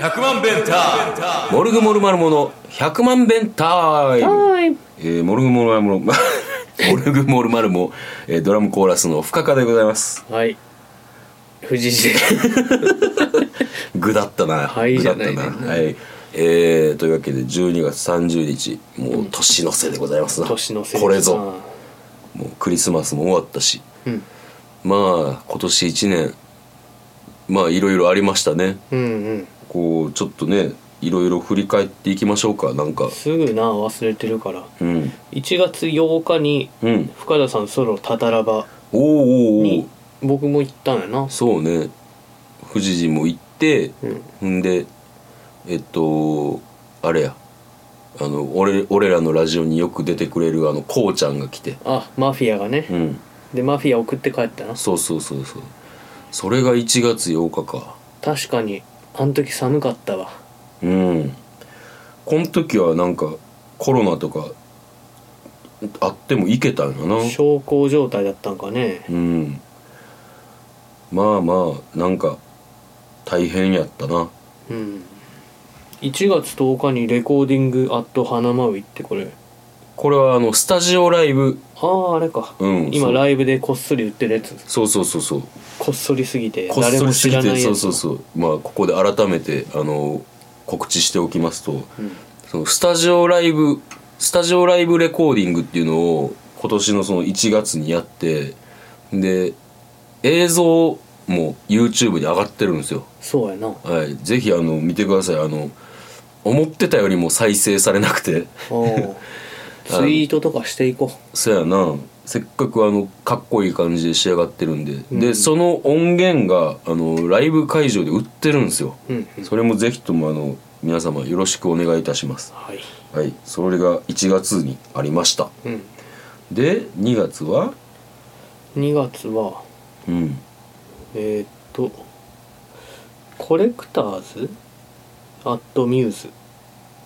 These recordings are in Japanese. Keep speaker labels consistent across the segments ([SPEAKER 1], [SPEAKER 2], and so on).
[SPEAKER 1] 100万弁タモルグモルマルモの100万弁タイム、
[SPEAKER 2] はい。
[SPEAKER 1] えー、モルグモルマルモモルグ モルマルモ、えー、ドラムコーラスの深川でございます
[SPEAKER 2] はい。藤井です。
[SPEAKER 1] ぐだったな、
[SPEAKER 2] はい
[SPEAKER 1] ぐ
[SPEAKER 2] じ
[SPEAKER 1] だ
[SPEAKER 2] ゃ
[SPEAKER 1] っ
[SPEAKER 2] な
[SPEAKER 1] た
[SPEAKER 2] い
[SPEAKER 1] なはいえー、というわけで12月30日もう年の瀬でございますな、
[SPEAKER 2] 年のせい。
[SPEAKER 1] これぞ。もうクリスマスも終わったし
[SPEAKER 2] うん。
[SPEAKER 1] まあ今年1年まあいろいろありましたね
[SPEAKER 2] うんうん。
[SPEAKER 1] こうちょっとねいろいろ振り返っていきましょうかなんか
[SPEAKER 2] すぐな忘れてるから。
[SPEAKER 1] うん
[SPEAKER 2] 1月8日に
[SPEAKER 1] うん
[SPEAKER 2] 深田さんソロタタラバ
[SPEAKER 1] おーおーお
[SPEAKER 2] に
[SPEAKER 1] ー
[SPEAKER 2] 僕も行ったんやな。
[SPEAKER 1] そうね富士寺も行って
[SPEAKER 2] うん。
[SPEAKER 1] んでえっとあれやあの俺俺らのラジオによく出てくれるあのこうちゃんが来て
[SPEAKER 2] あ、マフィアがね
[SPEAKER 1] う。ん
[SPEAKER 2] でマフィア送って帰ったな。
[SPEAKER 1] そうそうそうそうそれが1月8日か
[SPEAKER 2] 確かにあの時寒かったわ。
[SPEAKER 1] うんこの時はなんかコロナとかあってもいけたんやな
[SPEAKER 2] 小康状態だったんかね。
[SPEAKER 1] うんまあまあなんか大変やったな
[SPEAKER 2] うん。1月10日にレコーディングアット花マウイってこれ。
[SPEAKER 1] これはあのスタジオライブ
[SPEAKER 2] あああれか、
[SPEAKER 1] うんそ
[SPEAKER 2] 今
[SPEAKER 1] う
[SPEAKER 2] ライブでこっそり売ってるやつ
[SPEAKER 1] そうそうそうそう
[SPEAKER 2] こっそりすぎて
[SPEAKER 1] こっ
[SPEAKER 2] 誰
[SPEAKER 1] そ
[SPEAKER 2] も
[SPEAKER 1] りす
[SPEAKER 2] 知
[SPEAKER 1] ぎ
[SPEAKER 2] らな
[SPEAKER 1] て
[SPEAKER 2] い
[SPEAKER 1] そ
[SPEAKER 2] や
[SPEAKER 1] う
[SPEAKER 2] つ
[SPEAKER 1] そうそうまあここで改めてあの告知しておきますと
[SPEAKER 2] うん
[SPEAKER 1] そのスタジオライブスタジオライブレコーディングっていうのを今年のその1月にやってで映像も YouTube に上がってるんですよ
[SPEAKER 2] そうや な
[SPEAKER 1] はいぜひあの見てくださいあの思ってたよりも再生されなくて
[SPEAKER 2] おーツイートとかしていこ
[SPEAKER 1] そやなせっかくあのかっこいい感じで仕上がってるんで、
[SPEAKER 2] うん
[SPEAKER 1] でその音源があのライブ会場で売ってるんですよ、
[SPEAKER 2] ううん
[SPEAKER 1] それもぜひともあの皆様よろしくお願いいたします
[SPEAKER 2] はい
[SPEAKER 1] はいそれが1月にありました
[SPEAKER 2] うん
[SPEAKER 1] で2月は
[SPEAKER 2] 2月は
[SPEAKER 1] うん
[SPEAKER 2] えーっとコレクターズアットミューズ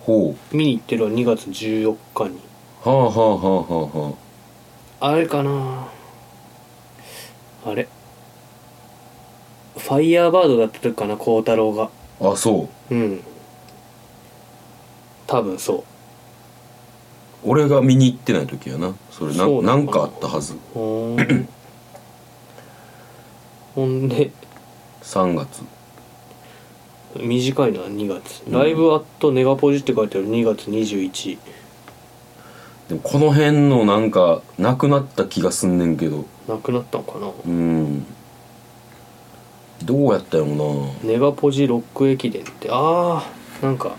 [SPEAKER 1] ほ
[SPEAKER 2] 見に行ってるわ2月14日に
[SPEAKER 1] うはあはあはあはあはあ
[SPEAKER 2] あれかなあれファイヤーバードだった時かな孝太郎が
[SPEAKER 1] あそう
[SPEAKER 2] うん多分そう
[SPEAKER 1] 俺が見に行ってない時やなそれな
[SPEAKER 2] そうな
[SPEAKER 1] なん
[SPEAKER 2] のかなん
[SPEAKER 1] かあったはず
[SPEAKER 2] ほーんほんで
[SPEAKER 1] 3月
[SPEAKER 2] 短いのは2月「ライブアットネガポジ」って書いてある2月21
[SPEAKER 1] でもこの辺のなんかなくなった気がすんねんけど
[SPEAKER 2] なくなったのかな
[SPEAKER 1] うんどうやったよな
[SPEAKER 2] ネガポジロック駅伝ってあーなんか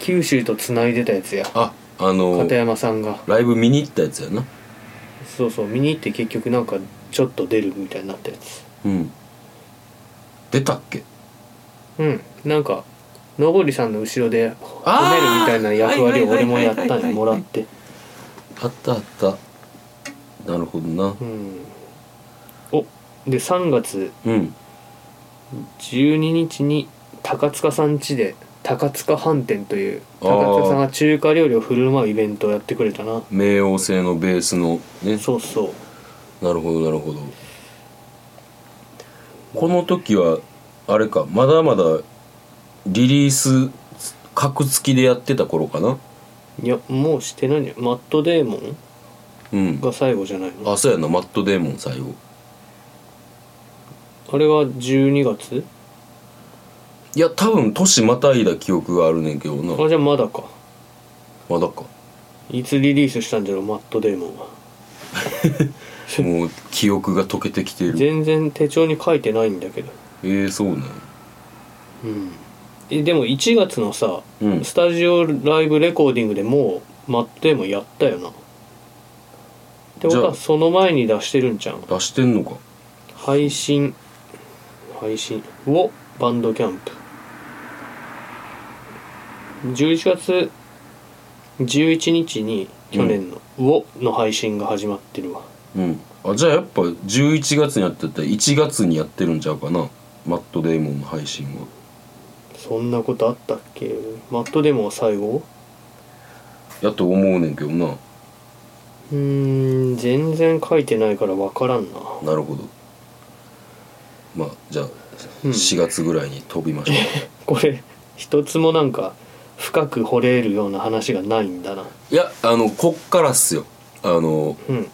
[SPEAKER 2] 九州とつないでたやつや
[SPEAKER 1] ああの
[SPEAKER 2] 片山さんが
[SPEAKER 1] ライブ見に行ったやつやな
[SPEAKER 2] そうそう見に行って結局なんかちょっと出るみたいになったやつ
[SPEAKER 1] うん出たっけ
[SPEAKER 2] うんなんかのぼりさんの後ろで褒めるみたいな役割を俺もやったんやもらって
[SPEAKER 1] あったあったなるほどな
[SPEAKER 2] うんおで3月
[SPEAKER 1] うん
[SPEAKER 2] 12日に高塚さん家で高塚飯店という
[SPEAKER 1] あー
[SPEAKER 2] 高塚さんが中華料理を振る舞うイベントをやってくれたな
[SPEAKER 1] 冥王星のベースのね
[SPEAKER 2] そうそう
[SPEAKER 1] なるほどなるほどこの時はあれかまだまだリリース格付きでやってた頃かない
[SPEAKER 2] やもうしてないんじゃないマットデーモ
[SPEAKER 1] う
[SPEAKER 2] ン
[SPEAKER 1] ん
[SPEAKER 2] が最後じゃないのあ
[SPEAKER 1] あそうやなマットデーモン最後
[SPEAKER 2] れは12月
[SPEAKER 1] いや多分年またいだ記憶があるねんけどな
[SPEAKER 2] あじゃあまだか
[SPEAKER 1] まだか
[SPEAKER 2] いつリリースしたんじゃろうマットデーモンは
[SPEAKER 1] もう記憶が溶けてきてる
[SPEAKER 2] 全然手帳に書いてないんだけど
[SPEAKER 1] えー、そうなんや
[SPEAKER 2] うんえでも1月のさ、
[SPEAKER 1] うん
[SPEAKER 2] スタジオライブレコーディングでもうマットデーモンやったよなってこと
[SPEAKER 1] じゃあ
[SPEAKER 2] はその前に出してるんじゃん
[SPEAKER 1] 出してんのか
[SPEAKER 2] 配信配信をバンドキャンプ11月11日に去年の「を」の配信が始まってるわ
[SPEAKER 1] うんあじゃあやっぱ11月にやってて1月にやってるんちゃうかなマットデーモンの配信は
[SPEAKER 2] そんなことあったっけマットデモは最後
[SPEAKER 1] やと思うねんけどな
[SPEAKER 2] うーん全然書いてないから分からんな
[SPEAKER 1] なるほどまあじゃあ
[SPEAKER 2] うん
[SPEAKER 1] 4月ぐらいに飛びましょ
[SPEAKER 2] これ一つもなんか深く掘れるような話がないんだな
[SPEAKER 1] ういやあのこっからっすよあの
[SPEAKER 2] うん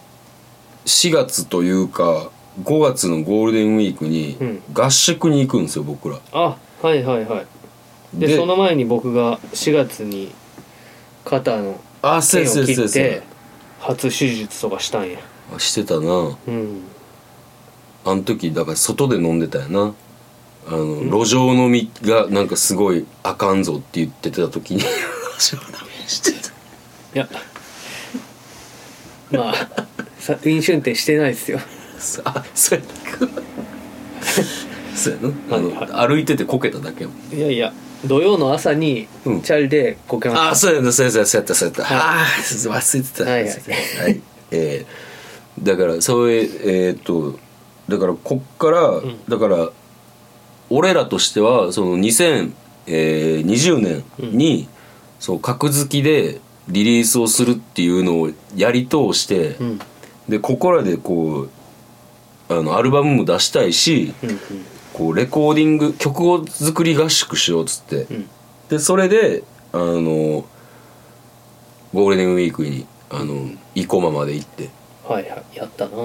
[SPEAKER 1] 4月というか5月のゴールデンウィークに
[SPEAKER 2] うん
[SPEAKER 1] 合宿に行くんですよ僕ら
[SPEAKER 2] あはいはいはいでその前に僕が4月に肩の
[SPEAKER 1] あせ
[SPEAKER 2] 腱
[SPEAKER 1] いせ
[SPEAKER 2] を
[SPEAKER 1] いせ
[SPEAKER 2] 切
[SPEAKER 1] い
[SPEAKER 2] って
[SPEAKER 1] せ
[SPEAKER 2] 初手術とかしたんや
[SPEAKER 1] いしてたな
[SPEAKER 2] うん
[SPEAKER 1] あの時だから外で飲んでたよなあの路上飲みがなんかすごいあかんぞって言ってた時に 路上飲みしてた
[SPEAKER 2] いやまあ さ飲酒運転してないですよ
[SPEAKER 1] さ あ そうやなそうやなあの、
[SPEAKER 2] はい
[SPEAKER 1] 歩いててこけただけやもん
[SPEAKER 2] いやいや土曜の朝に
[SPEAKER 1] うん
[SPEAKER 2] チャリでこけました、
[SPEAKER 1] ああそうやなそうやなそうやったそうやった、
[SPEAKER 2] はい
[SPEAKER 1] ああ忘れてた、
[SPEAKER 2] はいはい
[SPEAKER 1] 忘れてたはいえーだからそれえーっとだからこっから、
[SPEAKER 2] ん
[SPEAKER 1] だから俺らとしてはその2020年に、そう格付きでリリースをするっていうのをやり通して、
[SPEAKER 2] うん
[SPEAKER 1] でここらでこうあのアルバムも出したいし、
[SPEAKER 2] うんうん
[SPEAKER 1] こうレコーディング曲を作り合宿しようっつって、
[SPEAKER 2] うん
[SPEAKER 1] でそれであのゴールデンウィークにあの生駒まで行って
[SPEAKER 2] はいはいやったな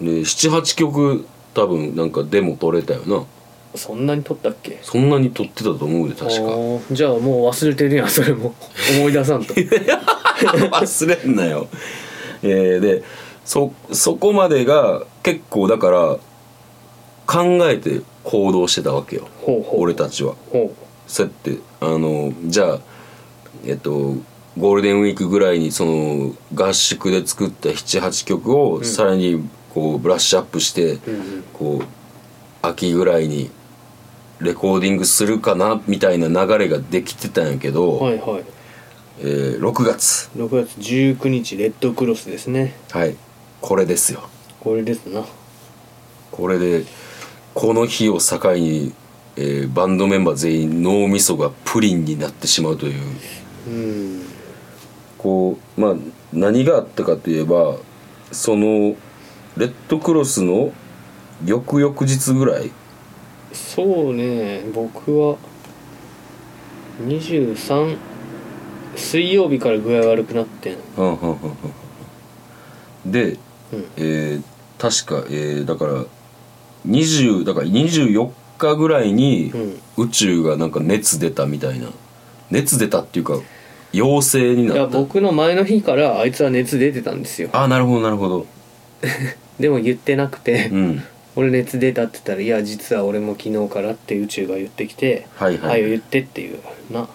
[SPEAKER 1] で78曲多分なんかデモ取れたよな
[SPEAKER 2] そんなに撮ったっけ
[SPEAKER 1] そんなに取ってたと思うで確か
[SPEAKER 2] おーじゃあもう忘れてるやんそれも思い出さん と
[SPEAKER 1] 忘れんなよえーでそそこまでが結構だから考えて行動してたわけよ
[SPEAKER 2] ほうほう
[SPEAKER 1] 俺たちは
[SPEAKER 2] ほ
[SPEAKER 1] そうやってあのじゃあえっとゴールデンウィークぐらいにその合宿で作った78曲をさらにこうブラッシュアップして、
[SPEAKER 2] う、うんうん、
[SPEAKER 1] こう秋ぐらいにレコーディングするかなみたいな流れができてたんやけど、
[SPEAKER 2] はいはい
[SPEAKER 1] えー6月
[SPEAKER 2] 6月19日レッドクロスですね
[SPEAKER 1] はいこれですよ
[SPEAKER 2] これですな
[SPEAKER 1] これでこの日を境に、えーバンドメンバー全員脳みそがプリンになってしまうという。
[SPEAKER 2] うん
[SPEAKER 1] こうまあ何があったかといえばそのレッドクロスの翌々日ぐらい
[SPEAKER 2] そうね僕は23水曜日から具合悪くなってん
[SPEAKER 1] で、
[SPEAKER 2] うん
[SPEAKER 1] えー確か、えーだから20だから24日ぐらいに
[SPEAKER 2] うん
[SPEAKER 1] 宇宙がなんか熱出たみたいな熱出たっていうか陽性に
[SPEAKER 2] い
[SPEAKER 1] な
[SPEAKER 2] や
[SPEAKER 1] った
[SPEAKER 2] 僕の前の日からあいつは熱出てたんですよ
[SPEAKER 1] ああなるほどなるほど
[SPEAKER 2] でも言ってなくて、
[SPEAKER 1] うん
[SPEAKER 2] 俺熱出たって言ったら「いや実は俺も昨日から」って宇宙が言ってきて「
[SPEAKER 1] はいはい
[SPEAKER 2] よ言って」っていうな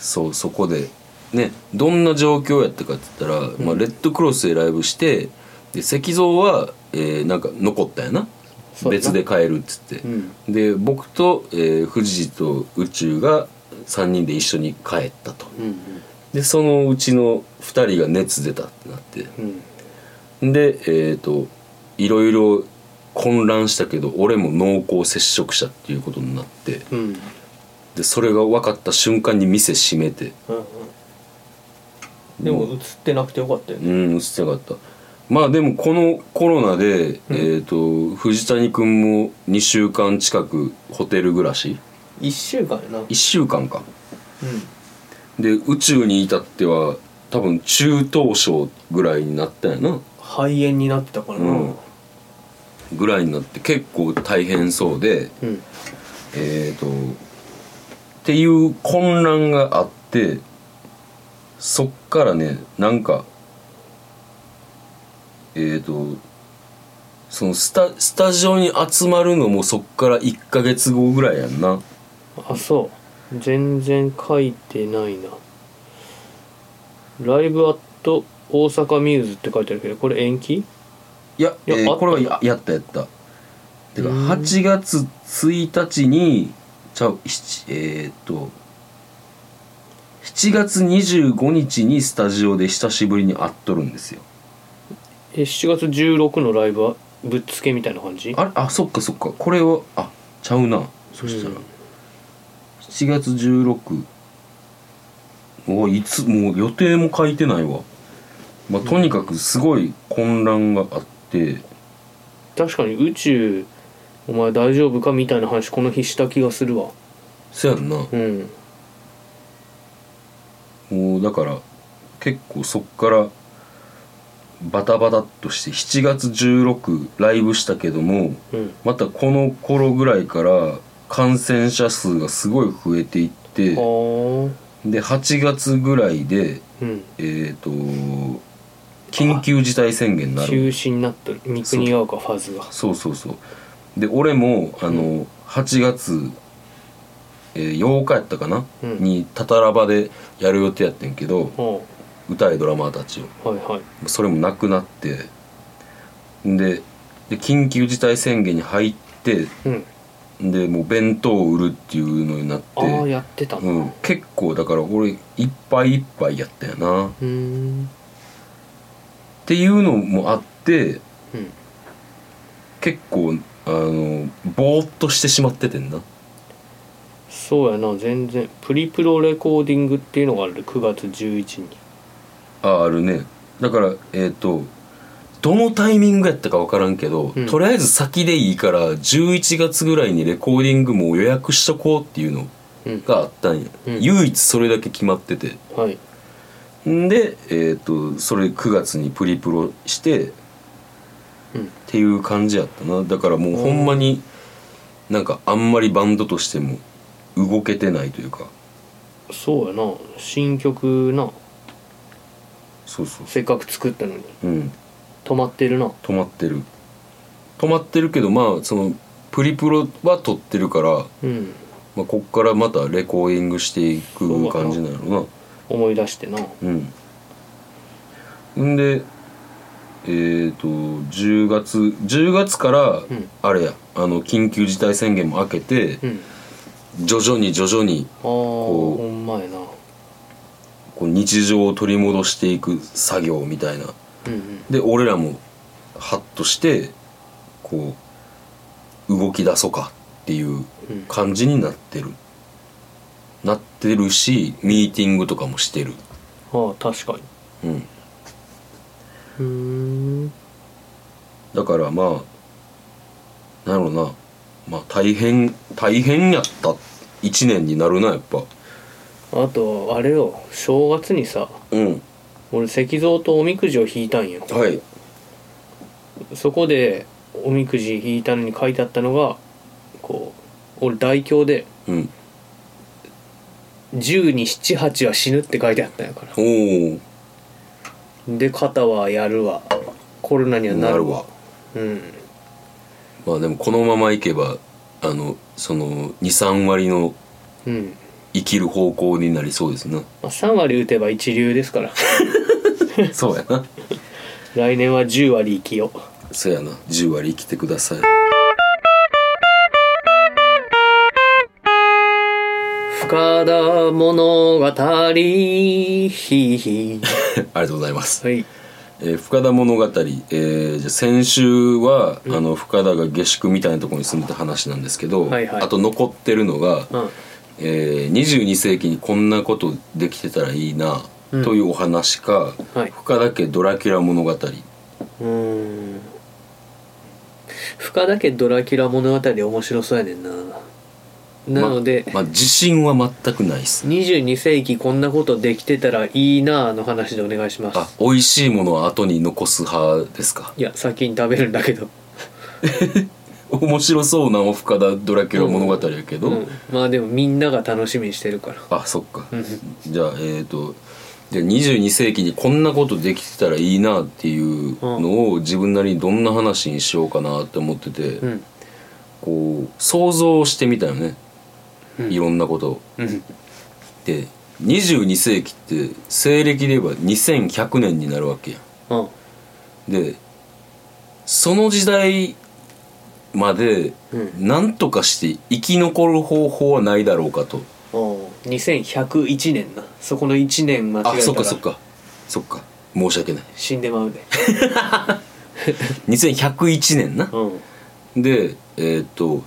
[SPEAKER 1] そうそこでねどんな状況やったかって言ったら、まあ、レッドクロスでライブしてで石像は、えーなんか残ったやな
[SPEAKER 2] そうや
[SPEAKER 1] 別
[SPEAKER 2] な
[SPEAKER 1] で帰るっつって、
[SPEAKER 2] うん
[SPEAKER 1] で僕と、えー、藤井と宇宙が3人で一緒に帰ったと
[SPEAKER 2] うん
[SPEAKER 1] でそのうちの2人が熱出たってなって
[SPEAKER 2] うん
[SPEAKER 1] でえっ、といろいろ混乱したけど俺も濃厚接触者っていうことになって
[SPEAKER 2] うん
[SPEAKER 1] でそれが分かった瞬間に店閉めて
[SPEAKER 2] うんでも映ってなくてよかったよね
[SPEAKER 1] うん映ってなかったまあでもこのコロナで、えっ、と藤谷君も2週間近くホテル暮らし
[SPEAKER 2] 1週間やなうん
[SPEAKER 1] 1週間かで宇宙に至っては多分中等症ぐらいになったよな
[SPEAKER 2] 肺炎になってたからな
[SPEAKER 1] うんぐらいになって結構大変そうで
[SPEAKER 2] うん
[SPEAKER 1] えっ、とっていう混乱があってそっからねなんかえっ、とそのスタスタジオに集まるのもそっから1ヶ月後ぐらいやんな
[SPEAKER 2] あそう全然書いてないなライブアット大阪ミューズって書いてあるけどこれ延期
[SPEAKER 1] いや
[SPEAKER 2] いや
[SPEAKER 1] えー
[SPEAKER 2] あった
[SPEAKER 1] これはややったやったてか
[SPEAKER 2] うん
[SPEAKER 1] 8月1日にちゃう7えーっと7月25日にスタジオで久しぶりに会っとるんですよ
[SPEAKER 2] え7月16のライブはぶっつけみたいな感じ
[SPEAKER 1] あれあそっかそっかこれはあちゃうなそしたら、
[SPEAKER 2] うん
[SPEAKER 1] 7月16おいつもう予定も書いてないわ、まあ、とにかくすごい混乱があって
[SPEAKER 2] 確かに宇宙お前大丈夫かみたいな話この日した気がするわ
[SPEAKER 1] せやんな、
[SPEAKER 2] うん
[SPEAKER 1] もうだから結構そっからバタバタっとして7月16ライブしたけども
[SPEAKER 2] うん
[SPEAKER 1] またこの頃ぐらいから感染者数がすごい増えていって
[SPEAKER 2] は
[SPEAKER 1] で8月ぐらいで
[SPEAKER 2] あうん
[SPEAKER 1] えっ、と緊急事態宣言にな
[SPEAKER 2] 中
[SPEAKER 1] る
[SPEAKER 2] 止になっとる三国が丘ファズが
[SPEAKER 1] そうそうそうで俺もあの、8月、えー8日やったかな、
[SPEAKER 2] うん
[SPEAKER 1] にタタラバでやる予定やってんけど
[SPEAKER 2] は
[SPEAKER 1] 歌いドラマーたちを
[SPEAKER 2] あはいはい
[SPEAKER 1] それもなくなってでで緊急事態宣言に入って
[SPEAKER 2] うん
[SPEAKER 1] でもう弁当を売るっていうのになっ
[SPEAKER 2] ああー
[SPEAKER 1] て、
[SPEAKER 2] やってたな
[SPEAKER 1] うん、結構だから俺いっぱいいっぱいやったよなっ
[SPEAKER 2] ーん
[SPEAKER 1] ていうのもあって
[SPEAKER 2] うん
[SPEAKER 1] 結構あのぼーっとしてしまっててんな
[SPEAKER 2] そうやな全然プリプロレコーディングっていうのがあるで9月11に
[SPEAKER 1] ああるねだからえっ、とどのタイミングやったか分からんけど、
[SPEAKER 2] うん
[SPEAKER 1] とりあえず先でいいから11月ぐらいにレコーディングも予約しとこうっていうの
[SPEAKER 2] うん
[SPEAKER 1] があったんや、
[SPEAKER 2] うん
[SPEAKER 1] 唯一それだけ決まってて
[SPEAKER 2] はい
[SPEAKER 1] んで、えー、とそれ9月にプリプロしてっ
[SPEAKER 2] うん
[SPEAKER 1] ていう感じやったなだからもうほんまになんかあんまりバンドとしても動けてないというか
[SPEAKER 2] そうやな新曲な
[SPEAKER 1] そうそう
[SPEAKER 2] せっかく作ったのに
[SPEAKER 1] うん
[SPEAKER 2] 止まってるな
[SPEAKER 1] 止まってる止まってるけどまあそのプリプロは撮ってるから、
[SPEAKER 2] うん
[SPEAKER 1] まあ、こっからまたレコーディングしてい
[SPEAKER 2] そう
[SPEAKER 1] く
[SPEAKER 2] だな
[SPEAKER 1] 感じなの
[SPEAKER 2] 思い出してな
[SPEAKER 1] なうんんでえっ、と10月10月から
[SPEAKER 2] ん
[SPEAKER 1] あれやあの緊急事態宣言も明けて
[SPEAKER 2] うん
[SPEAKER 1] 徐々に徐々に
[SPEAKER 2] ああほんまやな
[SPEAKER 1] こう日常を取り戻していく作業みたいな
[SPEAKER 2] うんうん
[SPEAKER 1] で俺らもハッとしてこう動き出そうかっていう
[SPEAKER 2] うん
[SPEAKER 1] 感じになってるなってるしミーティングとかもしてる
[SPEAKER 2] ああ確か
[SPEAKER 1] う
[SPEAKER 2] に
[SPEAKER 1] ん
[SPEAKER 2] うーん
[SPEAKER 1] だからまあなんやろうなまあ大変大変やった1年になるなやっぱ
[SPEAKER 2] あとあれよ正月にさ
[SPEAKER 1] うん
[SPEAKER 2] 俺石像とおみくじを引いたんよ
[SPEAKER 1] はい
[SPEAKER 2] そこでおみくじ引いたのに書いてあったのがこう俺大凶で
[SPEAKER 1] うん
[SPEAKER 2] 「1に7 8は死ぬ」って書いてあったんやから
[SPEAKER 1] おお
[SPEAKER 2] で肩はやるわコロナにはな
[SPEAKER 1] な
[SPEAKER 2] る
[SPEAKER 1] る
[SPEAKER 2] わ
[SPEAKER 1] わ
[SPEAKER 2] うん
[SPEAKER 1] まあでもこのままいけばあのその23割の
[SPEAKER 2] うん、
[SPEAKER 1] 生きる方向になりそうです な
[SPEAKER 2] まあ、3割打てば一流ですから
[SPEAKER 1] そうやな
[SPEAKER 2] 来年は10割生きよ
[SPEAKER 1] そうやな10割生きてください
[SPEAKER 2] 深田物語ひいひい
[SPEAKER 1] ありがとうございます
[SPEAKER 2] はい
[SPEAKER 1] えー深田物語、えーじゃあ先週は、あの深田が下宿みたいなところに住んでた話なんですけど、
[SPEAKER 2] はいはい
[SPEAKER 1] あと残ってるのが、
[SPEAKER 2] うん
[SPEAKER 1] えー22世紀にこんなことできてたらいいな、というお話か、
[SPEAKER 2] はい
[SPEAKER 1] 深田家ドラキュラ物語
[SPEAKER 2] うーん深田家ドラキュラ物語面白そうやねんななので、
[SPEAKER 1] ままあ自信は全くないです
[SPEAKER 2] 22世紀こんなことできてたらいいなあの話でお願いしま
[SPEAKER 1] あ
[SPEAKER 2] す
[SPEAKER 1] 美味しいものは後に残す派ですか
[SPEAKER 2] いや先に食べるんだけど、
[SPEAKER 1] 面白そうなお深田ドラキュラ物語やけど、
[SPEAKER 2] うん、まあでもみんなが楽しみにしてるから
[SPEAKER 1] あそっかじゃあえっ、とじゃあ22世紀にこんなことできてたらいいなっていうのを自分なりにどんな話にしようかなって思ってて、
[SPEAKER 2] うん
[SPEAKER 1] こう想像してみたよね、
[SPEAKER 2] うん
[SPEAKER 1] いろんなことを。
[SPEAKER 2] うん
[SPEAKER 1] で22世紀って西暦で言えば2100年になるわけや
[SPEAKER 2] うん
[SPEAKER 1] ん。でその時代まで
[SPEAKER 2] うん
[SPEAKER 1] 何とかして生き残る方法はないだろうかと。
[SPEAKER 2] おう2101年なそこの1年間違
[SPEAKER 1] あ
[SPEAKER 2] え
[SPEAKER 1] そっか
[SPEAKER 2] た
[SPEAKER 1] らそっかそっか申し訳ない。
[SPEAKER 2] 死んでまうで
[SPEAKER 1] 2101年な。
[SPEAKER 2] うん
[SPEAKER 1] でえーっと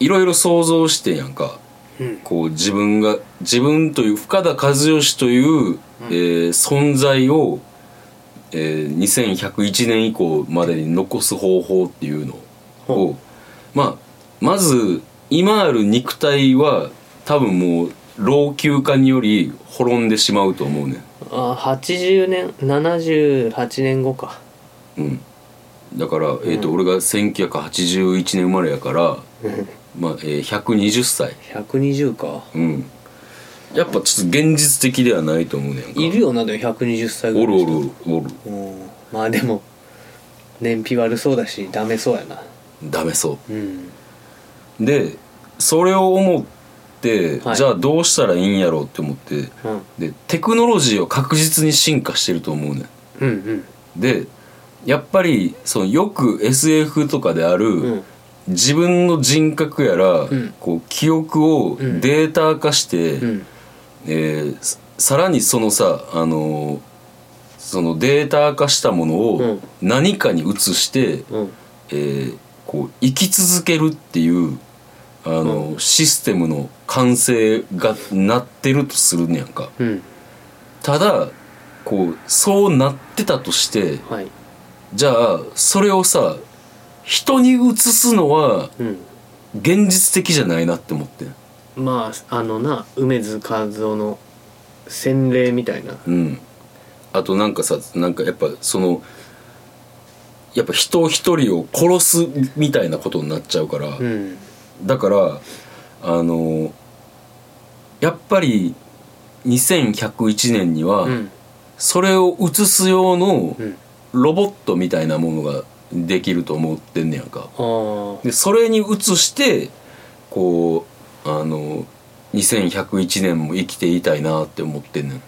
[SPEAKER 1] いろいろ想像してんやんか
[SPEAKER 2] うん
[SPEAKER 1] こう自分が自分という深田和義という、えー存在を、えー2101年以降までに残す方法っていうのを、まあまず今ある肉体は多分もう老朽化により滅んでしまうと思うね
[SPEAKER 2] あ80年78年後か
[SPEAKER 1] うんだから、えーと俺が1981年生まれやから、まあえー120歳
[SPEAKER 2] 120か
[SPEAKER 1] うんやっぱちょっと現実的ではないと思うねんか
[SPEAKER 2] いるよなでも120歳ぐ
[SPEAKER 1] お
[SPEAKER 2] ら
[SPEAKER 1] る
[SPEAKER 2] い
[SPEAKER 1] おるおるおる
[SPEAKER 2] うんまあでも燃費悪そうだしダメそうやな
[SPEAKER 1] ダメそ
[SPEAKER 2] うん
[SPEAKER 1] うでそれを思って、
[SPEAKER 2] はい
[SPEAKER 1] じゃあどうしたらいいんやろうって思って
[SPEAKER 2] うん
[SPEAKER 1] でテクノロジーは確実に進化してると思うねん
[SPEAKER 2] うん
[SPEAKER 1] でやっぱりそのよく SF とかである、
[SPEAKER 2] うんうん
[SPEAKER 1] 自分の人格やら、
[SPEAKER 2] ん
[SPEAKER 1] こう記憶を
[SPEAKER 2] ん
[SPEAKER 1] データ化して、
[SPEAKER 2] うん
[SPEAKER 1] えーささらにそのさ、あのーそのデータ化したもの
[SPEAKER 2] う
[SPEAKER 1] を
[SPEAKER 2] ん
[SPEAKER 1] 何かに移して、
[SPEAKER 2] うん
[SPEAKER 1] えーこう生き続けるっていう、あのーシステムの完成がなってるとするねやんか。
[SPEAKER 2] うん
[SPEAKER 1] ただこうそうなってたとして
[SPEAKER 2] はい
[SPEAKER 1] じゃあそれをさ人に移すのは
[SPEAKER 2] うん
[SPEAKER 1] 現実的じゃないなって思って
[SPEAKER 2] まああのな梅津和夫の洗礼みたいな
[SPEAKER 1] うんあとなんかさなんかやっぱそのやっぱ人一人を殺すみたいなことになっちゃうから、
[SPEAKER 2] うん
[SPEAKER 1] だからあのやっぱり2101年には、
[SPEAKER 2] うん
[SPEAKER 1] それを移す用の
[SPEAKER 2] うん
[SPEAKER 1] ロボットみたいなものができると思ってんねやんか
[SPEAKER 2] ああ
[SPEAKER 1] でそれに移してこうあの2101年も生きていたいなって思ってんね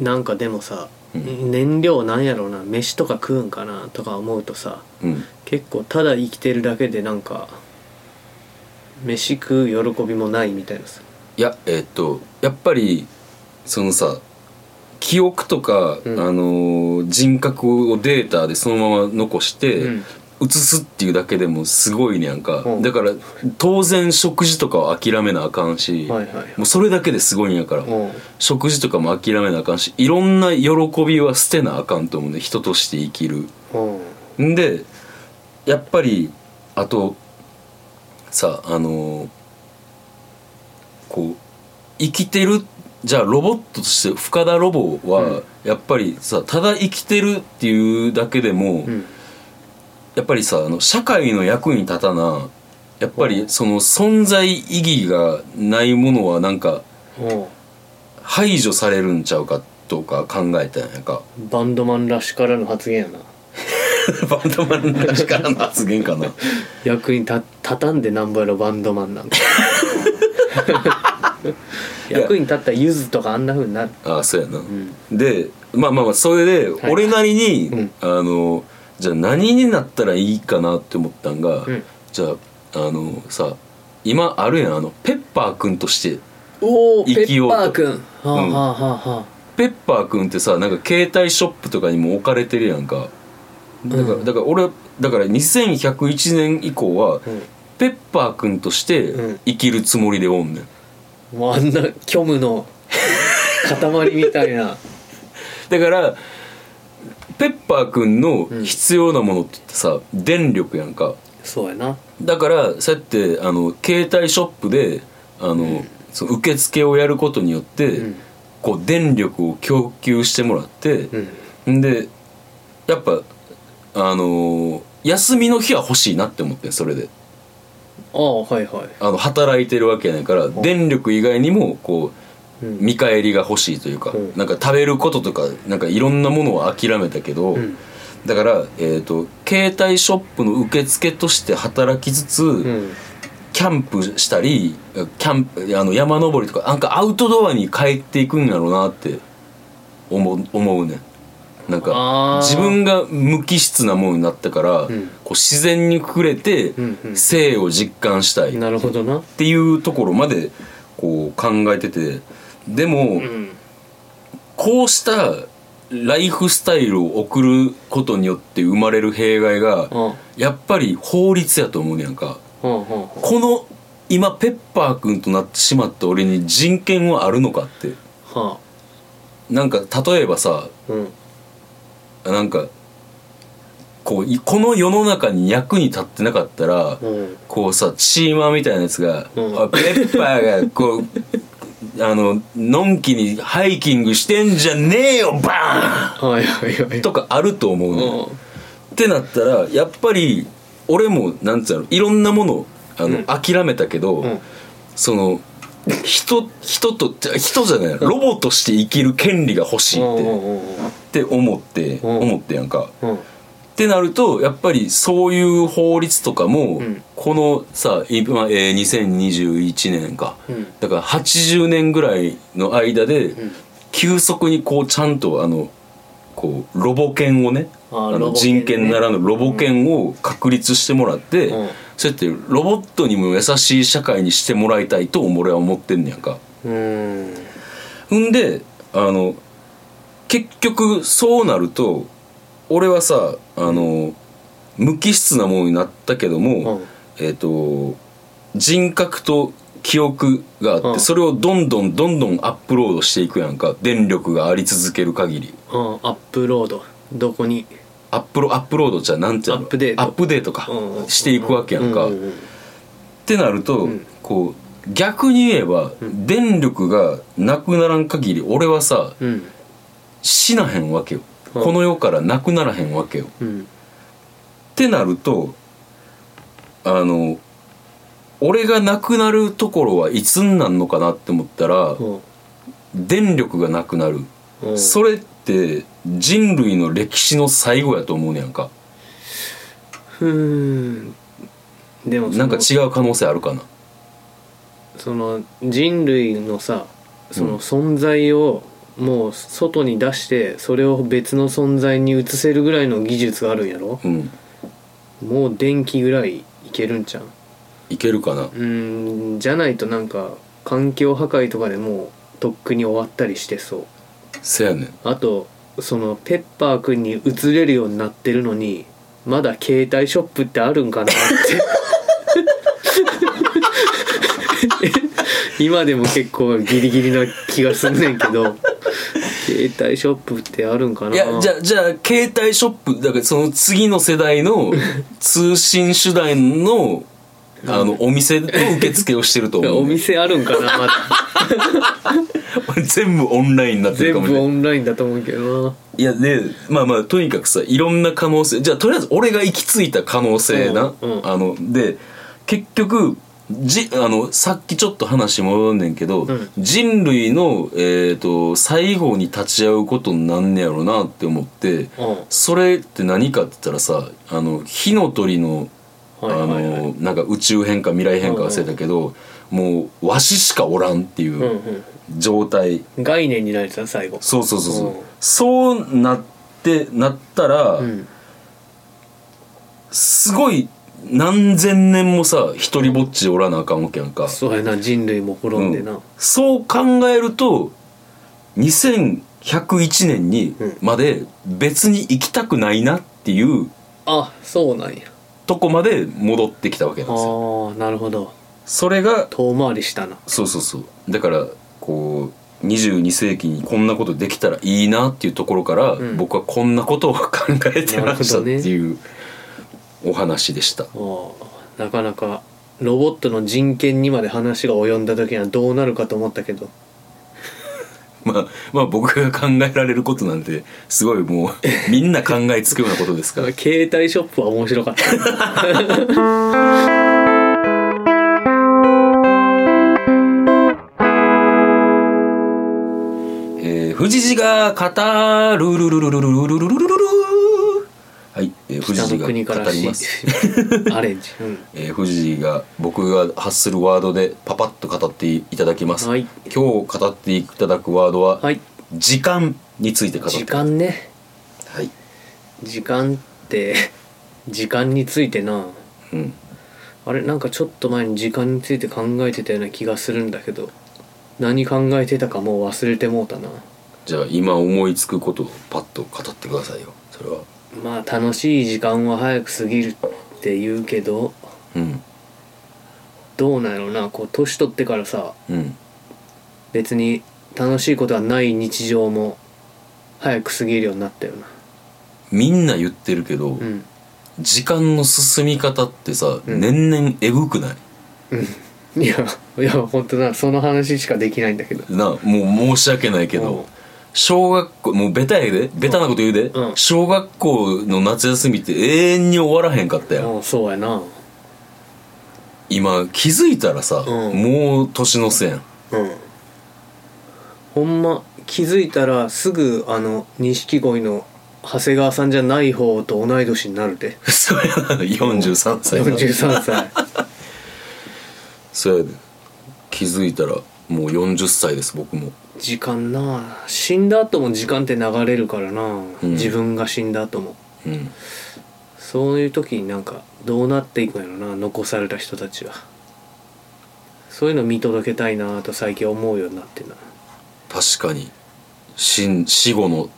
[SPEAKER 1] ん
[SPEAKER 2] なんかでもさ、
[SPEAKER 1] うん
[SPEAKER 2] 燃料なんやろうな飯とか食うんかなとか思うとさ
[SPEAKER 1] うん
[SPEAKER 2] 結構ただ生きてるだけでなんか飯食う喜びもないみたいなさ
[SPEAKER 1] いやえっとやっぱりそのさ記憶とか、
[SPEAKER 2] うん
[SPEAKER 1] あの人格をデータでそのまま残して、
[SPEAKER 2] うん
[SPEAKER 1] 移すっていうだけでもすごいねやんか、
[SPEAKER 2] うん
[SPEAKER 1] だから当然食事とかは諦めなあかんし、
[SPEAKER 2] はいはいはい
[SPEAKER 1] もうそれだけですごいんやから、
[SPEAKER 2] うん
[SPEAKER 1] 食事とかも諦めなあかんしいろんな喜びは捨てなあかんと思うね人として生きる
[SPEAKER 2] うん
[SPEAKER 1] んでやっぱりあとさあのこう生きてるじゃあロボットとして深田ロボ
[SPEAKER 2] う
[SPEAKER 1] はやっぱりさただ生きてるっていうだけでも、
[SPEAKER 2] うん
[SPEAKER 1] やっぱりさあの社会の役に立たなやっぱりその存在意義がないものはなんか
[SPEAKER 2] う
[SPEAKER 1] 排除されるんちゃうかとか考えたんやんか
[SPEAKER 2] んバンドマンらしからぬ発言やな
[SPEAKER 1] バンドマンの力の発言かな
[SPEAKER 2] 役に立立たんでなんぼやろバンドマンなんか
[SPEAKER 1] いや
[SPEAKER 2] 役に立ったらゆずとかあんなふうになる
[SPEAKER 1] ああそうやな、
[SPEAKER 2] ん
[SPEAKER 1] でまあまあまあそれで
[SPEAKER 2] い
[SPEAKER 1] 俺なりに、
[SPEAKER 2] うん
[SPEAKER 1] あのじゃあ何になったらいいかなって思ったんが、
[SPEAKER 2] うん
[SPEAKER 1] じゃああのさ今あるやんあのペッパーくんとして
[SPEAKER 2] おお
[SPEAKER 1] 生
[SPEAKER 2] ペ
[SPEAKER 1] きよ
[SPEAKER 2] ッ
[SPEAKER 1] うと
[SPEAKER 2] パーくんはあ、
[SPEAKER 1] うん
[SPEAKER 2] はあはあは
[SPEAKER 1] ペッパーくんってさなんか携帯ショップとかにも置かれてるやんかだから,、
[SPEAKER 2] うん
[SPEAKER 1] だから俺だから2101年以降は、
[SPEAKER 2] あ、うん
[SPEAKER 1] ペッパーくんとして
[SPEAKER 2] うん
[SPEAKER 1] 生きるつもりでおんねん
[SPEAKER 2] もうあんな虚無の塊みたいな
[SPEAKER 1] だからペッパーくんの必要なものって言ってさ、電力やんか
[SPEAKER 2] そうやな
[SPEAKER 1] だからそうやってあの携帯ショップであの、その受付をやることによって、
[SPEAKER 2] ん
[SPEAKER 1] こう電力を供給してもらって
[SPEAKER 2] う、ん
[SPEAKER 1] ん、でやっぱあのー休みの日は欲しいなって思ってんそれで
[SPEAKER 2] ああはいは
[SPEAKER 1] あの働いてるわけやないから、電力以外にもこう
[SPEAKER 2] い、うん、
[SPEAKER 1] 見返りが欲しいというか、
[SPEAKER 2] うん
[SPEAKER 1] なんか食べることとかなんかいろんなものは諦めたけど、
[SPEAKER 2] ん
[SPEAKER 1] だから、えー、と携帯ショップの受付として働きつつ、
[SPEAKER 2] うん
[SPEAKER 1] キャンプしたりキャンプあの山登りとかなんかアウトドアに帰っていくんやろうなって思う思うねなん
[SPEAKER 2] あ
[SPEAKER 1] か
[SPEAKER 2] ー
[SPEAKER 1] 自分が無機質なものになったから、
[SPEAKER 2] ん
[SPEAKER 1] こう自然に触れて
[SPEAKER 2] うんうん
[SPEAKER 1] 生を実感したいっ
[SPEAKER 2] なるほどな
[SPEAKER 1] ていうところまでこう考えててでも、
[SPEAKER 2] うん
[SPEAKER 1] こうしたライフスタイルを送ることによって生まれる弊害が
[SPEAKER 2] うんうん
[SPEAKER 1] やっぱり法律やと思うねやんか
[SPEAKER 2] うん
[SPEAKER 1] この今ペッパー君となってしまった俺に人権はあるのかって
[SPEAKER 2] はあ
[SPEAKER 1] なんか例えばさ
[SPEAKER 2] うん
[SPEAKER 1] なんかこういこの世の中に役に立ってなかったら、
[SPEAKER 2] うん
[SPEAKER 1] こうさチーマーみたいなやつが、
[SPEAKER 2] うん
[SPEAKER 1] あペッパーがこ うあののんきにハイキングしてんじゃねえよバー
[SPEAKER 2] はいはいはい
[SPEAKER 1] ンとかあると思うの、
[SPEAKER 2] うん
[SPEAKER 1] ってなったらやっぱり俺もなんつうのいろんなものあの、
[SPEAKER 2] うん
[SPEAKER 1] 諦めたけど、
[SPEAKER 2] うん
[SPEAKER 1] その人人とじゃ人じゃないロボとして生きる権利が欲しいって,、
[SPEAKER 2] う
[SPEAKER 1] っ
[SPEAKER 2] んうんうん
[SPEAKER 1] て思って、
[SPEAKER 2] ん
[SPEAKER 1] 思ってやんか。
[SPEAKER 2] うん
[SPEAKER 1] ってなるとやっぱりそういう法律とかも、
[SPEAKER 2] うん
[SPEAKER 1] このさ今、えー2021年か、
[SPEAKER 2] うん
[SPEAKER 1] だから80年ぐらいの間で、
[SPEAKER 2] ん
[SPEAKER 1] 急速にこうちゃんとあのこうロボ犬をね
[SPEAKER 2] あー
[SPEAKER 1] あ
[SPEAKER 2] ロ
[SPEAKER 1] の
[SPEAKER 2] ボ犬ね
[SPEAKER 1] 人権ならぬロボ犬を確立してもらって、
[SPEAKER 2] うん
[SPEAKER 1] そうやってロボットにも優しい社会にしてもらいたいと俺は思ってんねやんか。
[SPEAKER 2] うん
[SPEAKER 1] んであの結局そうなると俺はさあの無機質なものになったけども、
[SPEAKER 2] うん
[SPEAKER 1] えっ、と人格と記憶があって、
[SPEAKER 2] うん
[SPEAKER 1] それをどんどんどんどんアップロードしていくやんか電力があり続ける限り
[SPEAKER 2] うんアップロードどこに
[SPEAKER 1] アップロアップロードじゃなんていうの
[SPEAKER 2] アップデート
[SPEAKER 1] アップデートか、
[SPEAKER 2] うん
[SPEAKER 1] していくわけやんか、
[SPEAKER 2] う
[SPEAKER 1] っ
[SPEAKER 2] ん
[SPEAKER 1] てなると、
[SPEAKER 2] ん
[SPEAKER 1] こう逆に言えば、電力がなくならん限り俺はさ、
[SPEAKER 2] うん
[SPEAKER 1] 死なへんわけよ、
[SPEAKER 2] うん
[SPEAKER 1] この世からなくならへんわけよっ
[SPEAKER 2] うん
[SPEAKER 1] てなるとあの俺がなくなるところはいつになんのかなって思ったら
[SPEAKER 2] うん
[SPEAKER 1] 電力がなくなる
[SPEAKER 2] うん
[SPEAKER 1] それって人類の歴史の最後やと思うねやんか
[SPEAKER 2] うーんでもそ
[SPEAKER 1] な
[SPEAKER 2] の
[SPEAKER 1] んか違う可能性あるかな
[SPEAKER 2] その人類のさそうの
[SPEAKER 1] ん
[SPEAKER 2] 存在をもう外に出してそれを別の存在に移せるぐらいの技術があるんやろ
[SPEAKER 1] うん
[SPEAKER 2] もう電気ぐらいいけるんちゃう
[SPEAKER 1] いけるかな
[SPEAKER 2] うーんじゃないとなんか環境破壊とかでもうとっくに終わったりしてそう
[SPEAKER 1] せやねん
[SPEAKER 2] あとそのペッパーくんに移れるようになってるのにまだ携帯ショップってあるんかなって 今でも結構ギリギリな気がすんねんけど携帯ショップってあるんかないい
[SPEAKER 1] やじゃあじゃあ携帯ショップだからその次の世代の 通信手段のあのお店の受付をしてると思うねん
[SPEAKER 2] お店あるんか なまだ
[SPEAKER 1] 全部オンラインになってる
[SPEAKER 2] 全
[SPEAKER 1] かもし
[SPEAKER 2] 部
[SPEAKER 1] れ
[SPEAKER 2] オ
[SPEAKER 1] ない
[SPEAKER 2] ンラインだと思うけどない
[SPEAKER 1] やでまあまあとにかくさいろんな可能性じゃあとりあえず俺が行き着いた可能性な、
[SPEAKER 2] うんうん
[SPEAKER 1] あので結局じあのさっきちょっと話戻んねんけど、
[SPEAKER 2] ん
[SPEAKER 1] 人類の、えー、と最後に立ち会うことになんねやろなって思って、
[SPEAKER 2] うん
[SPEAKER 1] それって何かって言ったらさあの火の鳥のあ
[SPEAKER 2] はいはいはい
[SPEAKER 1] のなんか宇宙変化未来変化忘れたけど、もうわししかおらんって
[SPEAKER 2] うん
[SPEAKER 1] いう状態、
[SPEAKER 2] うん概念になれた最後
[SPEAKER 1] そうそうそうそう、
[SPEAKER 2] うん
[SPEAKER 1] そうなってなったら、
[SPEAKER 2] うん
[SPEAKER 1] すごい何千年もさ一人ぼっちでおらなあかんわけやんか、
[SPEAKER 2] そうやな人類も
[SPEAKER 1] う
[SPEAKER 2] 滅んでな、
[SPEAKER 1] そう考えると2101年に
[SPEAKER 2] うん
[SPEAKER 1] まで別に行きたくないなっていう
[SPEAKER 2] あそうなんや
[SPEAKER 1] とこまで戻ってきたわけ
[SPEAKER 2] あ
[SPEAKER 1] なんですよ
[SPEAKER 2] ーなるほど
[SPEAKER 1] それが
[SPEAKER 2] 遠回りしたな
[SPEAKER 1] そうそうそうだからこう22世紀にこんなことできたらいいなっていうところから、
[SPEAKER 2] うん
[SPEAKER 1] 僕はこんなことを考えてましたっていうお話でした、
[SPEAKER 2] ああなかなかロボットの人権にまで話が及んだ時にはどうなるかと思ったけど
[SPEAKER 1] まあまあ僕が考えられることなんてすごいもうみんな考えつくようなことですから
[SPEAKER 2] 携帯ショップは面白かった
[SPEAKER 1] えー、富士寺が語るるるるるるるるるるるるはい、えー、富
[SPEAKER 2] 北
[SPEAKER 1] 士
[SPEAKER 2] の国
[SPEAKER 1] 寺
[SPEAKER 2] か
[SPEAKER 1] が
[SPEAKER 2] ら
[SPEAKER 1] 語り
[SPEAKER 2] し
[SPEAKER 1] ます、
[SPEAKER 2] アレンジ、う
[SPEAKER 1] えー、富士が僕が発するワードでパパッと語っていただきます、
[SPEAKER 2] はい
[SPEAKER 1] 今日語っていただくワードは、
[SPEAKER 2] ん、はい
[SPEAKER 1] 時間について語って
[SPEAKER 2] 時間ね
[SPEAKER 1] はい、
[SPEAKER 2] 時間って時間についてな
[SPEAKER 1] うん、
[SPEAKER 2] あれなんかちょっと前に時間について考えてたような気がするんだけど何考えてたかもう忘れてもうたな
[SPEAKER 1] じゃあ今思いつくことをパッと語ってくださいよそれは
[SPEAKER 2] まあ楽しい時間は早く過ぎるって言うけど
[SPEAKER 1] うん
[SPEAKER 2] どうなんやろうなこう年取ってからさ
[SPEAKER 1] うん
[SPEAKER 2] 別に楽しいことはない日常も早く過ぎるようになったよな
[SPEAKER 1] みんな言ってるけど、
[SPEAKER 2] うん
[SPEAKER 1] 時間の進み方ってさ、
[SPEAKER 2] うん
[SPEAKER 1] 年々えぐくない
[SPEAKER 2] いやいや本当だその話しかできないんだけど
[SPEAKER 1] なもう申し訳ないけ
[SPEAKER 2] うん
[SPEAKER 1] ど小学校もうベタやでベタなこと言うで、
[SPEAKER 2] うん
[SPEAKER 1] 小学校の夏休みって永遠に終わらへんかったよ、
[SPEAKER 2] ああそうやな
[SPEAKER 1] 今気づいたらさ、
[SPEAKER 2] うん
[SPEAKER 1] もう年のせやん
[SPEAKER 2] うんほんま気づいたらすぐあの錦鯉の長谷川さんじゃない方と同い年になるで
[SPEAKER 1] それなの43歳なの
[SPEAKER 2] 43歳
[SPEAKER 1] そうやで気づいたらもう40歳です僕も
[SPEAKER 2] 時間な死んだ後も時間って流れるからな、
[SPEAKER 1] うん
[SPEAKER 2] 自分が死んだ後も
[SPEAKER 1] うん
[SPEAKER 2] そういう時になんかどうなっていくんやろな残された人たちはそういうの見届けたいなと最近思うようになってんな
[SPEAKER 1] 確かに死死後の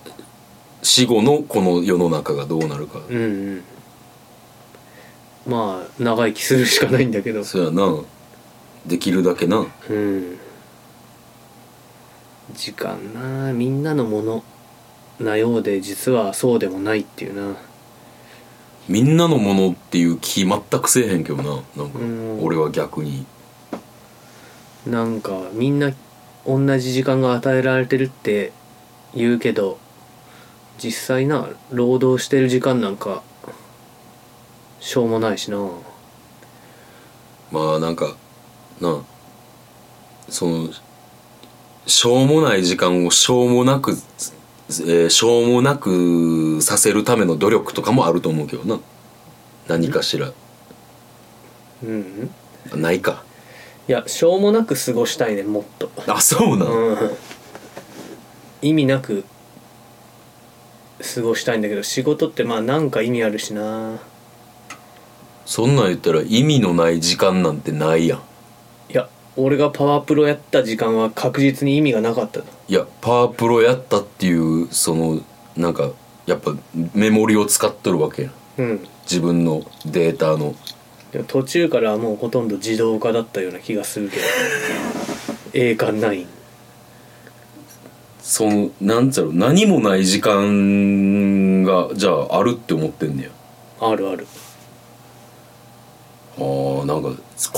[SPEAKER 1] 死後のこの世の中がどうなるか、
[SPEAKER 2] うんうんまあ長生きするしかないんだけど
[SPEAKER 1] そやなできるだけな
[SPEAKER 2] うん時間なみんなのものなようで実はそうでもないっていうな
[SPEAKER 1] みんなのものっていう気全くせえへんけどななんか
[SPEAKER 2] うん
[SPEAKER 1] 俺は逆に
[SPEAKER 2] なんかみんな同じ時間が与えられてるって言うけど実際な労働してる時間なんかしょうもないしな
[SPEAKER 1] まあなんかなそのしょうもない時間をしょうもなく、えーしょうもなくさせるための努力とかもあると思うけどな何かしら
[SPEAKER 2] うん
[SPEAKER 1] あないか
[SPEAKER 2] いやしょうもなく過ごしたいねもっと
[SPEAKER 1] あそうなん、
[SPEAKER 2] うん意味なく過ごしたいんだけど仕事ってまあなんか意味あるしな
[SPEAKER 1] そんなん言ったら意味のない時間なんてないやん
[SPEAKER 2] いや俺がパワープロやった時間は確実に意味がなかったない
[SPEAKER 1] やパワープロやったっていうそのなんかやっぱメモリを使っとるわけやん
[SPEAKER 2] うん
[SPEAKER 1] 自分のデータの
[SPEAKER 2] でも途中からはもうほとんど自動化だったような気がするけど栄冠ない
[SPEAKER 1] そのなんつうの何もない時間がじゃああるって思ってんねや
[SPEAKER 2] あるある
[SPEAKER 1] あーなんか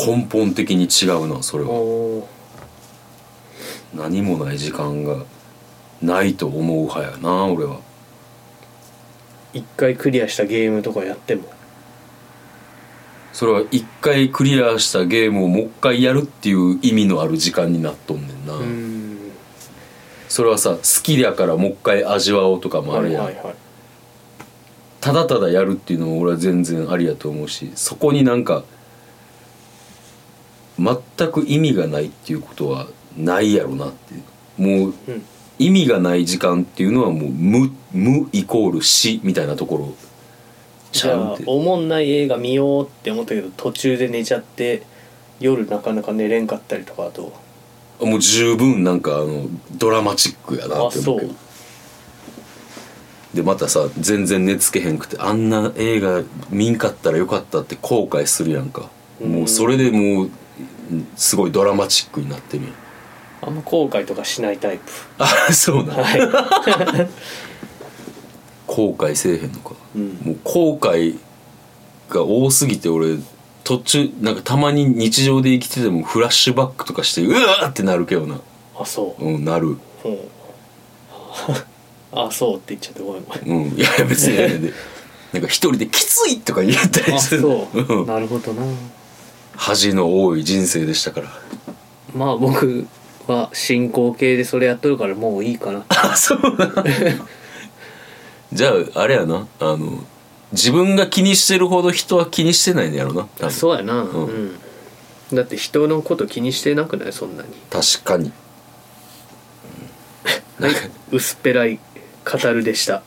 [SPEAKER 1] 根本的に違うなそれ
[SPEAKER 2] お
[SPEAKER 1] は
[SPEAKER 2] ー
[SPEAKER 1] 何もない時間がないと思う派やな俺は
[SPEAKER 2] 一回クリアしたゲームとかやっても
[SPEAKER 1] それは一回クリアしたゲームをもう一回やるっていう意味のある時間になっとんねんな、
[SPEAKER 2] うん
[SPEAKER 1] それはさ好きだからもう一回味わおうとかもあ
[SPEAKER 2] はい
[SPEAKER 1] るやん、
[SPEAKER 2] はいはい
[SPEAKER 1] ただただやるっていうのも俺は全然ありやと思うしそこになんか全く意味がないっていうことはないやろなってもう
[SPEAKER 2] うん
[SPEAKER 1] 意味がない時間っていうのはもう無無イコール死みたいなところち
[SPEAKER 2] じ
[SPEAKER 1] ゃ
[SPEAKER 2] ゃ
[SPEAKER 1] うっ
[SPEAKER 2] あ
[SPEAKER 1] て
[SPEAKER 2] おもんない映画見ようって思ったけど途中で寝ちゃって夜なかなか寝れんかったりとかあと
[SPEAKER 1] もう十分なんかあのドラマチックやな
[SPEAKER 2] あ
[SPEAKER 1] って思
[SPEAKER 2] そう
[SPEAKER 1] け
[SPEAKER 2] う
[SPEAKER 1] どでまたさ全然寝つけへんくてあんな映画見んかったらよかったって後悔するやんかもうそれでもうすごいドラマチックになってるやん
[SPEAKER 2] あんま後悔とかしないタイプ
[SPEAKER 1] あそうなの
[SPEAKER 2] は
[SPEAKER 1] 後悔せえへんのか、
[SPEAKER 2] い、
[SPEAKER 1] もう後悔が多すぎて俺途中なんかたまに日常で生きててもフラッシュバックとかしてうわーってなるけどな
[SPEAKER 2] あそう
[SPEAKER 1] うんなる
[SPEAKER 2] うん あそうって言っちゃってごめん ごめん
[SPEAKER 1] うんいやいや別にええねんでなんか一人できついとか言ったり
[SPEAKER 2] あ
[SPEAKER 1] して
[SPEAKER 2] そ
[SPEAKER 1] うん
[SPEAKER 2] うなるほどな
[SPEAKER 1] 恥の多い人生でしたから
[SPEAKER 2] まあ僕は進行形でそれやっとるからもういいかな
[SPEAKER 1] あそうなのじゃああれやなあの自分が気にしてるほど人は気にしてないんやろな多分
[SPEAKER 2] そうやなうんん、だって人のこと気にしてなくないそんなに
[SPEAKER 1] 確かに
[SPEAKER 2] はい薄っぺらい語る でした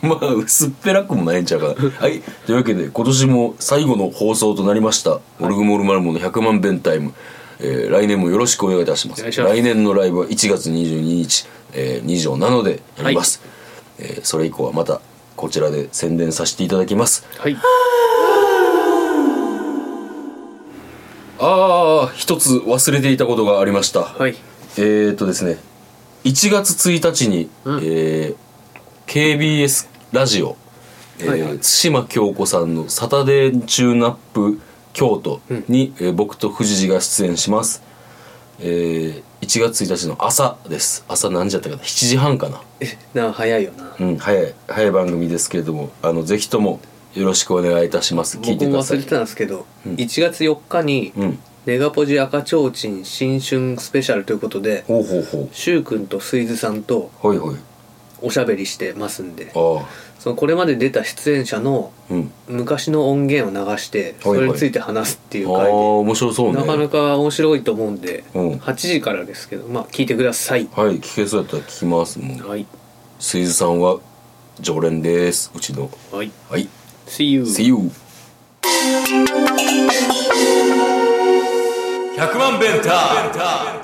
[SPEAKER 1] まあ薄っぺらくもないんちゃうかなはいというわけで今年も最後の放送となりました「オルグモルマルモの100万弁タイム」えー来年もよろしくお願いいたします
[SPEAKER 2] お願いします
[SPEAKER 1] 来年のライブは1月22日、えー、2畳なのでやります、えーそれ以降はまたこちらで宣伝させていただきます
[SPEAKER 2] はい
[SPEAKER 1] ああ一つ忘れていたことがありました、
[SPEAKER 2] はい
[SPEAKER 1] えー、っとですね1月1日に、
[SPEAKER 2] うん
[SPEAKER 1] えー KBS ラジオえー
[SPEAKER 2] はいはい
[SPEAKER 1] 津島京子さんの「サタデーチューンナップ京都に」えー僕と藤次が出演します、えー1月1日の朝です朝何時だったかな7時半かな
[SPEAKER 2] えな早いよな
[SPEAKER 1] うん、早い早い番組ですけれどもあのぜひともよろしくお願いいたします聞い
[SPEAKER 2] 僕
[SPEAKER 1] てく
[SPEAKER 2] も
[SPEAKER 1] ださ
[SPEAKER 2] 忘
[SPEAKER 1] い
[SPEAKER 2] れてたんですけど、
[SPEAKER 1] うん
[SPEAKER 2] 1月4日に
[SPEAKER 1] うん
[SPEAKER 2] 「ネガポジ赤ちょうちん新春スペシャル」ということで
[SPEAKER 1] ほうほうほ
[SPEAKER 2] しゅうくんとすいずさんと
[SPEAKER 1] うはいはい
[SPEAKER 2] おしゃべりしてますんで
[SPEAKER 1] あ
[SPEAKER 2] そのこれまで出た出演者の
[SPEAKER 1] あうん
[SPEAKER 2] 昔の音源を流してそれについて話すってい
[SPEAKER 1] あ
[SPEAKER 2] う回で、
[SPEAKER 1] ー面白そうね
[SPEAKER 2] なかなか面白いと思うんで、
[SPEAKER 1] うん
[SPEAKER 2] 8時からですけどまあ聞いてください、
[SPEAKER 1] はい聞けそうやったら聞きますもう
[SPEAKER 2] はい
[SPEAKER 1] すいずさんは常連ですうちの
[SPEAKER 2] はい
[SPEAKER 1] はい
[SPEAKER 2] See you
[SPEAKER 1] See you 100万ベンター